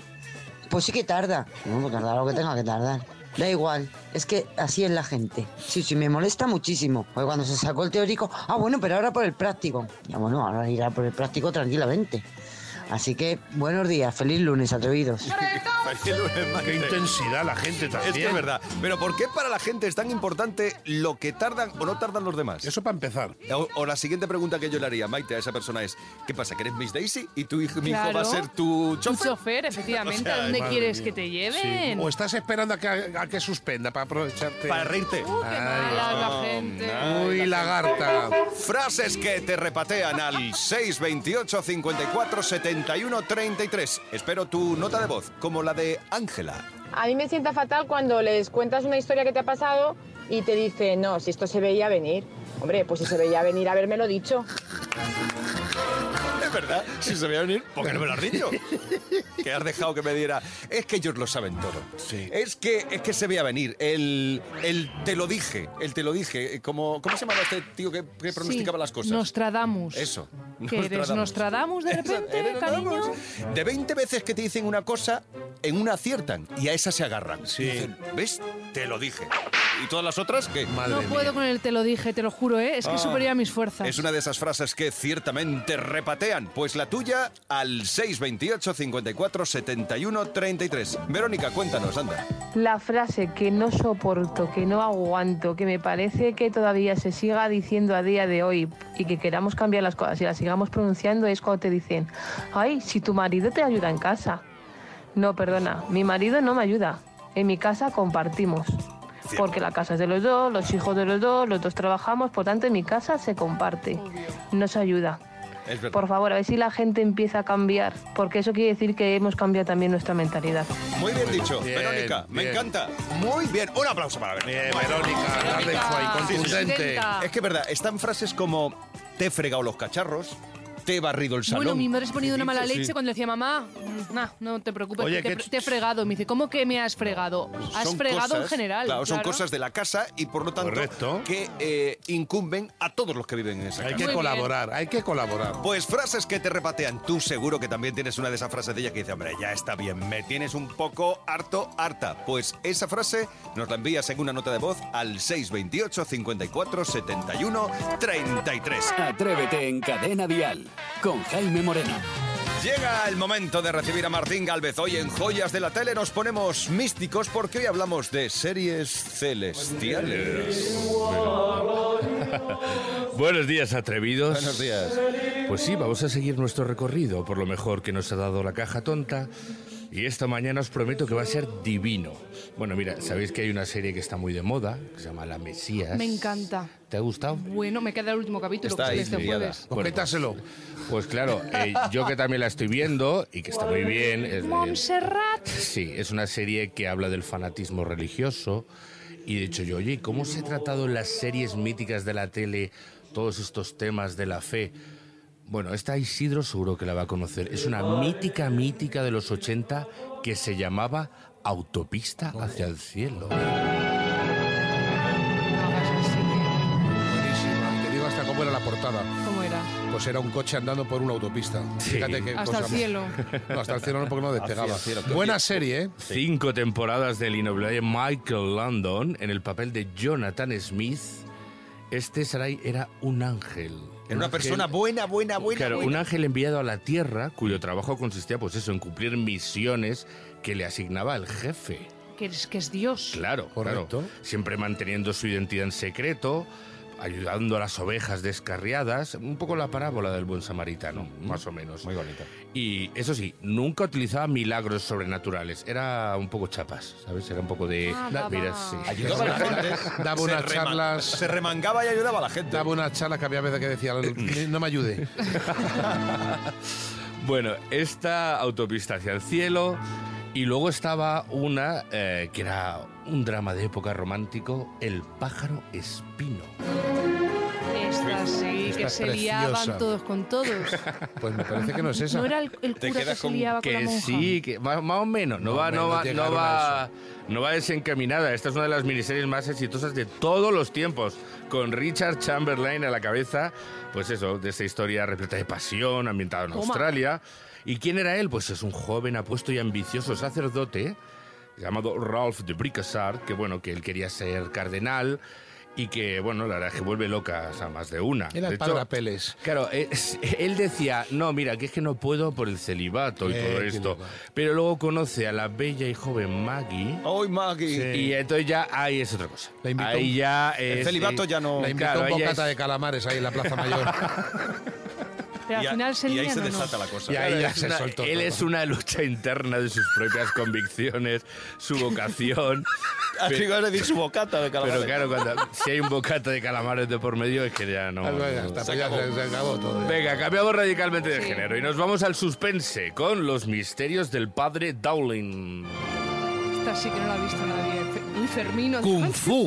[SPEAKER 21] pues sí que tarda. No, pues tardará lo que tenga que tardar. Da igual, es que así es la gente. Sí, sí, me molesta muchísimo. Porque cuando se sacó el teórico, ah, bueno, pero ahora por el práctico. Ya bueno, ahora irá por el práctico tranquilamente. Así que, buenos días, feliz lunes, atrevidos.
[SPEAKER 1] Qué
[SPEAKER 3] intensidad la gente también.
[SPEAKER 1] Es que es verdad. Pero ¿por qué para la gente es tan importante lo que tardan o no tardan los demás?
[SPEAKER 3] Eso para empezar.
[SPEAKER 1] O, o la siguiente pregunta que yo le haría, Maite, a esa persona es, ¿qué pasa? ¿Que eres Miss Daisy y tu hijo, mi hijo va a
[SPEAKER 4] Claro.
[SPEAKER 1] ser tu
[SPEAKER 4] Tu
[SPEAKER 1] chofer?
[SPEAKER 4] chofer, efectivamente.
[SPEAKER 1] O sea,
[SPEAKER 4] ¿A dónde
[SPEAKER 1] madre
[SPEAKER 4] quieres
[SPEAKER 1] mía. Pues,
[SPEAKER 4] que te
[SPEAKER 3] Sí.
[SPEAKER 4] lleven?
[SPEAKER 3] O estás esperando a que, a que suspenda para aprovecharte.
[SPEAKER 1] Para reírte.
[SPEAKER 4] Uh, qué
[SPEAKER 1] ah,
[SPEAKER 4] mala la gente.
[SPEAKER 3] Uy, lagarta.
[SPEAKER 1] Frases que te repatean al 628 54 71 33. Espero tu nota de voz, como la de Ángela.
[SPEAKER 22] A mí me sienta fatal cuando les cuentas una historia que te ha pasado y te dicen, no, si esto se veía venir. Hombre, pues si se veía venir, habérmelo dicho.
[SPEAKER 1] Es verdad, si se me va a venir, ¿por qué no me lo has dicho? Que has dejado que me diera. Es que ellos lo saben todo. Es que, es que se veía venir. El, el te lo dije, el te lo dije. eh, Como, ¿Cómo se llamaba este tío que, que pronosticaba las cosas?
[SPEAKER 4] Nostradamus.
[SPEAKER 1] Eso. eh,
[SPEAKER 4] ¿Que eres Nostradamus eh, de repente, cariño?
[SPEAKER 1] De 20 veces que te dicen una cosa, en una aciertan y a esa se agarran. Sí. ¿ves? Te lo dije. ¿Y todas las otras qué? Madre
[SPEAKER 4] No puedo con el te lo dije, te lo juro, ¿eh? Es que
[SPEAKER 1] Ah.
[SPEAKER 4] superior a mis fuerzas.
[SPEAKER 1] Es una de esas frases que ciertamente repatean. Pues la tuya al 628 54 71 33. Verónica, cuéntanos, anda.
[SPEAKER 23] La frase que no soporto, que no aguanto, que me parece que todavía se siga diciendo a día de hoy y que queramos cambiar las cosas y las sigamos pronunciando es cuando te dicen, ay, si tu marido te ayuda en casa. No, perdona, mi marido no me ayuda. En mi casa compartimos. Porque la casa es de los dos, los hijos de los dos, los dos trabajamos, por tanto en mi casa se comparte, no se ayuda.
[SPEAKER 1] Es verdad.
[SPEAKER 23] Por favor, a ver si la gente empieza a cambiar, porque eso quiere decir que hemos cambiado también nuestra mentalidad.
[SPEAKER 1] Muy bien dicho, Verónica. Me
[SPEAKER 3] bien.
[SPEAKER 1] encanta. Muy bien. Un aplauso para Verónica. Verónica,
[SPEAKER 3] la has dejado ahí contundente. Contenta.
[SPEAKER 1] Es que es verdad, están frases como te he fregado los cacharros, te he barrido el salón.
[SPEAKER 4] Bueno, mi madre se ponía de una mala
[SPEAKER 1] Sí, sí.
[SPEAKER 4] leche cuando le decía mamá, mm, nah, no te preocupes,
[SPEAKER 1] Oye,
[SPEAKER 4] te,
[SPEAKER 1] que-
[SPEAKER 4] te he fregado. Y Me dice, ¿cómo que me has fregado? Has
[SPEAKER 1] Son
[SPEAKER 4] fregado en
[SPEAKER 1] cosas,
[SPEAKER 4] general.
[SPEAKER 1] Claro, son cosas de la casa y por lo tanto que eh, incumben a todos los que viven en esa
[SPEAKER 3] Hay
[SPEAKER 1] casa.
[SPEAKER 3] que Muy colaborar, hay que colaborar.
[SPEAKER 1] Pues frases que te repatean. Tú seguro que también tienes una de esas frasecillas que dice, hombre, ya está bien, me tienes un poco harto, harta. Pues esa frase nos la envías en una nota de voz al 628 54 71 33.
[SPEAKER 7] Atrévete en Cadena Dial con Jaime Moreno.
[SPEAKER 1] Llega el momento de recibir a Martín Galvez. Hoy en Joyas de la Tele nos ponemos místicos porque hoy hablamos de series celestiales.
[SPEAKER 24] Buenos días, atrevidos.
[SPEAKER 1] Buenos días.
[SPEAKER 24] Pues sí, vamos a seguir nuestro recorrido por lo mejor que nos ha dado la caja tonta. Y esta mañana os prometo que va a ser divino. Bueno, mira, sabéis que hay una serie que está muy de moda, que se llama La Mesías.
[SPEAKER 4] Me encanta.
[SPEAKER 24] ¿Te ha gustado?
[SPEAKER 4] Bueno, me queda el último capítulo que sale este jueves.
[SPEAKER 24] Coméntaselo. Pues claro, eh, yo que también la estoy viendo y que está muy bien. es-
[SPEAKER 4] Montserrat.
[SPEAKER 24] Sí, es una serie que habla del fanatismo religioso. Y de hecho yo, oye, ¿y ¿cómo se ha tratado en las series míticas de la tele todos estos temas de la fe? Bueno, esta Isidro seguro que la va a conocer. Es una mítica, mítica de los 80 que se llamaba Autopista hacia el cielo.
[SPEAKER 3] Buenísima. Te digo hasta cómo era la portada.
[SPEAKER 4] ¿Cómo era?
[SPEAKER 3] Pues era un coche andando por una autopista. Fíjate qué
[SPEAKER 4] Hasta
[SPEAKER 3] cosa
[SPEAKER 4] el
[SPEAKER 3] más-
[SPEAKER 4] cielo.
[SPEAKER 3] No, hasta el cielo no, porque no despegaba. Buena serie, ¿eh?
[SPEAKER 24] Cinco temporadas del inolvidable Michael Landon en el papel de Jonathan Smith. Este Sarai era un ángel.
[SPEAKER 1] Era una
[SPEAKER 24] Un ángel-
[SPEAKER 1] persona buena, buena, buena.
[SPEAKER 24] Claro,
[SPEAKER 1] buena.
[SPEAKER 24] un ángel enviado a la Tierra cuyo trabajo consistía, pues eso, en cumplir misiones que le asignaba el jefe.
[SPEAKER 4] que es, que es Dios.
[SPEAKER 24] Claro,
[SPEAKER 3] ¿eh?
[SPEAKER 24] claro. Siempre manteniendo su identidad en secreto, ayudando a las ovejas descarriadas, un poco la parábola del buen samaritano, más o menos. Muy
[SPEAKER 1] bonita.
[SPEAKER 24] Y eso sí, nunca utilizaba milagros sobrenaturales, era un poco chapas, ¿sabes? Era un poco de...
[SPEAKER 1] Ah, daba-
[SPEAKER 24] mira, sí.
[SPEAKER 1] Ayudaba a la gente.
[SPEAKER 3] Daba
[SPEAKER 1] Se
[SPEAKER 3] unas
[SPEAKER 1] rema-
[SPEAKER 3] charlas.
[SPEAKER 1] se remangaba y ayudaba a la gente.
[SPEAKER 3] Daba unas charlas que había veces que decía, no me ayude.
[SPEAKER 24] Bueno, esta autopista hacia el cielo y luego estaba una eh, que era un drama de época romántico, El pájaro espino.
[SPEAKER 4] Esta sí,
[SPEAKER 24] Esta
[SPEAKER 4] que
[SPEAKER 24] es
[SPEAKER 4] se
[SPEAKER 24] preciosa.
[SPEAKER 4] liaban todos con todos.
[SPEAKER 3] Pues me parece que no es
[SPEAKER 4] No era el, el
[SPEAKER 24] Te
[SPEAKER 4] cura que
[SPEAKER 24] quedas
[SPEAKER 4] se liaba con la
[SPEAKER 24] que
[SPEAKER 4] monja.
[SPEAKER 24] sí, que más, más o menos, no
[SPEAKER 3] Más o
[SPEAKER 24] va, no
[SPEAKER 3] menos
[SPEAKER 24] va, no
[SPEAKER 3] llegaron a
[SPEAKER 24] va, no va desencaminada. Esta es una de las miniseries más exitosas de todos los tiempos, con Richard Chamberlain a la cabeza, pues eso, de esta historia repleta de pasión, ambientada en
[SPEAKER 5] Toma.
[SPEAKER 24] Australia. ¿Y quién era él? Pues es un joven apuesto y ambicioso sacerdote llamado Ralph de Brickasart, que bueno, que él quería ser cardenal y que bueno, la verdad es que vuelve locas a más de una.
[SPEAKER 3] Era
[SPEAKER 24] de
[SPEAKER 3] el
[SPEAKER 24] hecho,
[SPEAKER 3] padre Apeles.
[SPEAKER 24] Claro, es- él decía, no, mira, que es que no puedo por el celibato y
[SPEAKER 3] Eh,
[SPEAKER 24] todo
[SPEAKER 3] tiene
[SPEAKER 24] esto. Pero luego conoce a la bella y joven Maggie.
[SPEAKER 1] ¡Ay, Maggie!
[SPEAKER 24] Y entonces ya ahí es otra cosa.
[SPEAKER 3] La invitó
[SPEAKER 24] ahí
[SPEAKER 3] un-
[SPEAKER 24] ya
[SPEAKER 3] El
[SPEAKER 24] es-
[SPEAKER 3] celibato
[SPEAKER 24] eh,
[SPEAKER 3] ya no- La invitó un
[SPEAKER 24] ahí ya
[SPEAKER 3] bocata
[SPEAKER 24] es-
[SPEAKER 3] de calamares ahí en la Plaza Mayor.
[SPEAKER 4] Pero al
[SPEAKER 24] Y a-
[SPEAKER 4] final se
[SPEAKER 24] y ahí
[SPEAKER 4] lían
[SPEAKER 24] se
[SPEAKER 4] o no.
[SPEAKER 24] desata la
[SPEAKER 3] Y ahí
[SPEAKER 24] Claro,
[SPEAKER 3] ya
[SPEAKER 24] es
[SPEAKER 3] se
[SPEAKER 24] una-
[SPEAKER 3] soltó
[SPEAKER 24] Él
[SPEAKER 3] todo.
[SPEAKER 24] es una lucha interna de sus propias convicciones, su vocación.
[SPEAKER 1] Así
[SPEAKER 24] Pero-
[SPEAKER 1] que ahora di su bocata de calamares.
[SPEAKER 24] Pero claro, cuando, si hay un bocata de calamares de por medio, es que ya no.
[SPEAKER 3] Ah, bueno, ya está, pues ya Se acabó. se- se acabó todo, ya.
[SPEAKER 24] Venga, cambiamos radicalmente de
[SPEAKER 3] Sí.
[SPEAKER 24] género y nos vamos al suspense con los misterios del padre Dowling.
[SPEAKER 4] Esta sí que no la ha visto nadie. Fe- Uy, Fermino.
[SPEAKER 24] Kung Fu.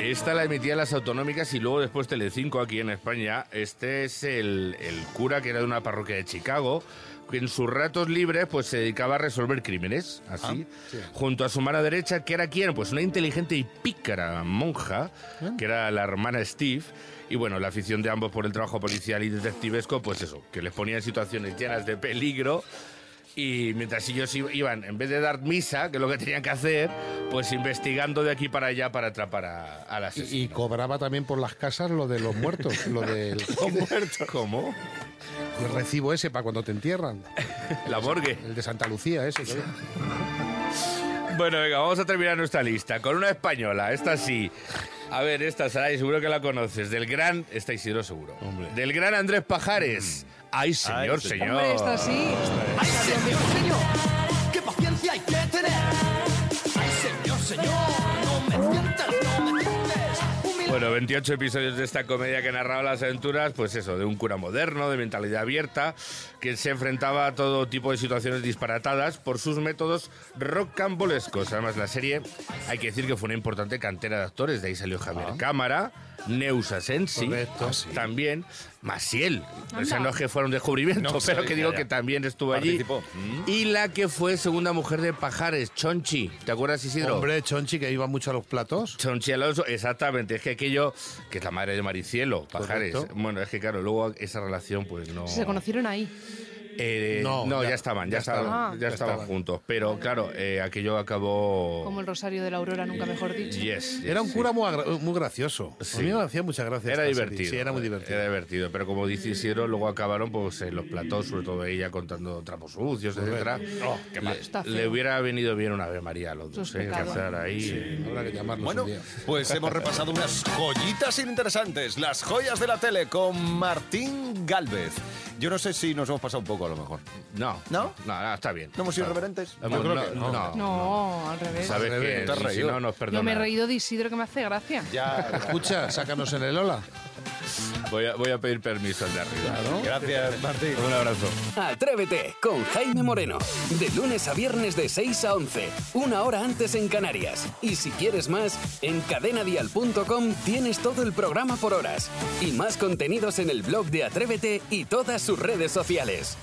[SPEAKER 24] Esta la emitían las autonómicas y luego después Telecinco aquí en España. Este es el, el cura que era de una parroquia de Chicago, que en sus ratos libres pues se dedicaba a resolver crímenes, así. Junto a su mano derecha, que era quién? Pues una inteligente y pícara monja, que era la hermana Steve. Y bueno, la afición de ambos por el trabajo policial y detectivesco, pues eso, que les ponía en situaciones llenas de peligro. Y mientras ellos i- iban, en vez de dar misa, que es lo que tenían que hacer, pues investigando de aquí para allá para atrapar a, a las...
[SPEAKER 3] Y, y cobraba también por las casas lo de los muertos. lo del
[SPEAKER 24] muertos? ¿Cómo?
[SPEAKER 3] El recibo ese para cuando te entierran.
[SPEAKER 24] La morgue.
[SPEAKER 3] El de Santa Lucía, ese. que-
[SPEAKER 24] Bueno, venga, vamos a terminar nuestra lista con una española, esta sí. A ver, esta, Saray, seguro que la conoces, del gran... Esta Isidro seguro. Del gran Andrés Pajares.
[SPEAKER 1] Mm.
[SPEAKER 24] Ay, señor,
[SPEAKER 5] sí.
[SPEAKER 24] señor.
[SPEAKER 5] Hombre, esta sí. Ay, señor, señor, qué paciencia hay que tener. Ay, señor, señor, no me mientas, no me mientes.
[SPEAKER 24] Bueno, 28 episodios de esta comedia que narraba las aventuras, pues eso, de un cura moderno, de mentalidad abierta, que se enfrentaba a todo tipo de situaciones disparatadas por sus métodos rocambolescos. Además, la serie, hay que decir que fue una importante cantera de actores, de ahí salió Javier Cámara, Neusa Sensi, también, Maciel, o sea, no es que fuera un descubrimiento,
[SPEAKER 1] No,
[SPEAKER 24] pero
[SPEAKER 1] sabía,
[SPEAKER 24] que digo
[SPEAKER 1] ya.
[SPEAKER 24] que también estuvo allí.
[SPEAKER 1] Participó.
[SPEAKER 24] Y la que fue segunda mujer de Pajares, Chonchi, ¿te acuerdas Isidro?
[SPEAKER 3] Hombre, Chonchi, que iba mucho a los platos.
[SPEAKER 24] Chonchi Alonso, exactamente. Es que aquello, que es la madre de Maricielo, Pajares.
[SPEAKER 3] Correcto.
[SPEAKER 24] Bueno, es que claro, luego esa relación, pues no.
[SPEAKER 4] Se conocieron ahí. Ah,
[SPEAKER 24] Eh,
[SPEAKER 3] No,
[SPEAKER 24] no,
[SPEAKER 3] ya-
[SPEAKER 24] ya, estaban, ya,
[SPEAKER 3] ya
[SPEAKER 24] estaban,
[SPEAKER 4] estaban.
[SPEAKER 24] ya
[SPEAKER 3] Ya
[SPEAKER 24] estaban
[SPEAKER 3] estaban.
[SPEAKER 24] juntos. Pero claro, eh, aquello acabó.
[SPEAKER 4] Como el rosario de la aurora, nunca mejor dicho.
[SPEAKER 24] Yes, yes,
[SPEAKER 3] Era un
[SPEAKER 24] sí.
[SPEAKER 3] cura muy, agra- muy gracioso. A mí me hacía mucha gracia.
[SPEAKER 24] Era
[SPEAKER 3] esta serie.
[SPEAKER 24] divertido.
[SPEAKER 3] Sí, era muy divertido.
[SPEAKER 24] Era divertido, pero como dice Isidro, luego acabaron pues en los platos, sobre todo ella contando trapos sucios, etcétera.
[SPEAKER 3] Oh,
[SPEAKER 24] qué
[SPEAKER 3] mal.
[SPEAKER 24] Le-
[SPEAKER 3] Está
[SPEAKER 24] le,
[SPEAKER 3] feo.
[SPEAKER 24] hubiera venido bien una Ave María a los
[SPEAKER 3] Eso es
[SPEAKER 24] dos, ¿eh?
[SPEAKER 3] pecado.
[SPEAKER 24] Cazar ahí.
[SPEAKER 3] Sí, habrá que llamarlos
[SPEAKER 24] Bueno,
[SPEAKER 3] un día.
[SPEAKER 1] Pues hemos repasado unas joyitas interesantes, las joyas de la tele con Martín Galvez. Yo no sé si nos hemos pasado un poco a lo mejor.
[SPEAKER 24] No.
[SPEAKER 1] ¿No?
[SPEAKER 24] No, no, está bien.
[SPEAKER 1] ¿No hemos sido
[SPEAKER 24] Está bien.
[SPEAKER 1] irreverentes?
[SPEAKER 24] Hemos-
[SPEAKER 1] Yo creo
[SPEAKER 24] no,
[SPEAKER 1] que
[SPEAKER 24] no.
[SPEAKER 1] no.
[SPEAKER 4] No, al revés.
[SPEAKER 24] Sabes
[SPEAKER 3] Al
[SPEAKER 24] que
[SPEAKER 3] revés. Te has
[SPEAKER 24] si
[SPEAKER 3] reído.
[SPEAKER 24] no nos
[SPEAKER 4] Yo me he
[SPEAKER 24] perdona.
[SPEAKER 4] reído de Isidro, que me hace gracia.
[SPEAKER 3] Escucha, sácanos en el Ola.
[SPEAKER 24] Voy a, voy a pedir permiso al de arriba.
[SPEAKER 1] Gracias, Martín.
[SPEAKER 24] Un abrazo.
[SPEAKER 7] Atrévete con Jaime Moreno. De lunes a viernes de 6 a 11. Una hora antes en Canarias. Y si quieres más, en cadenadial.com tienes todo el programa por horas. Y más contenidos en el blog de Atrévete y todas sus redes sociales.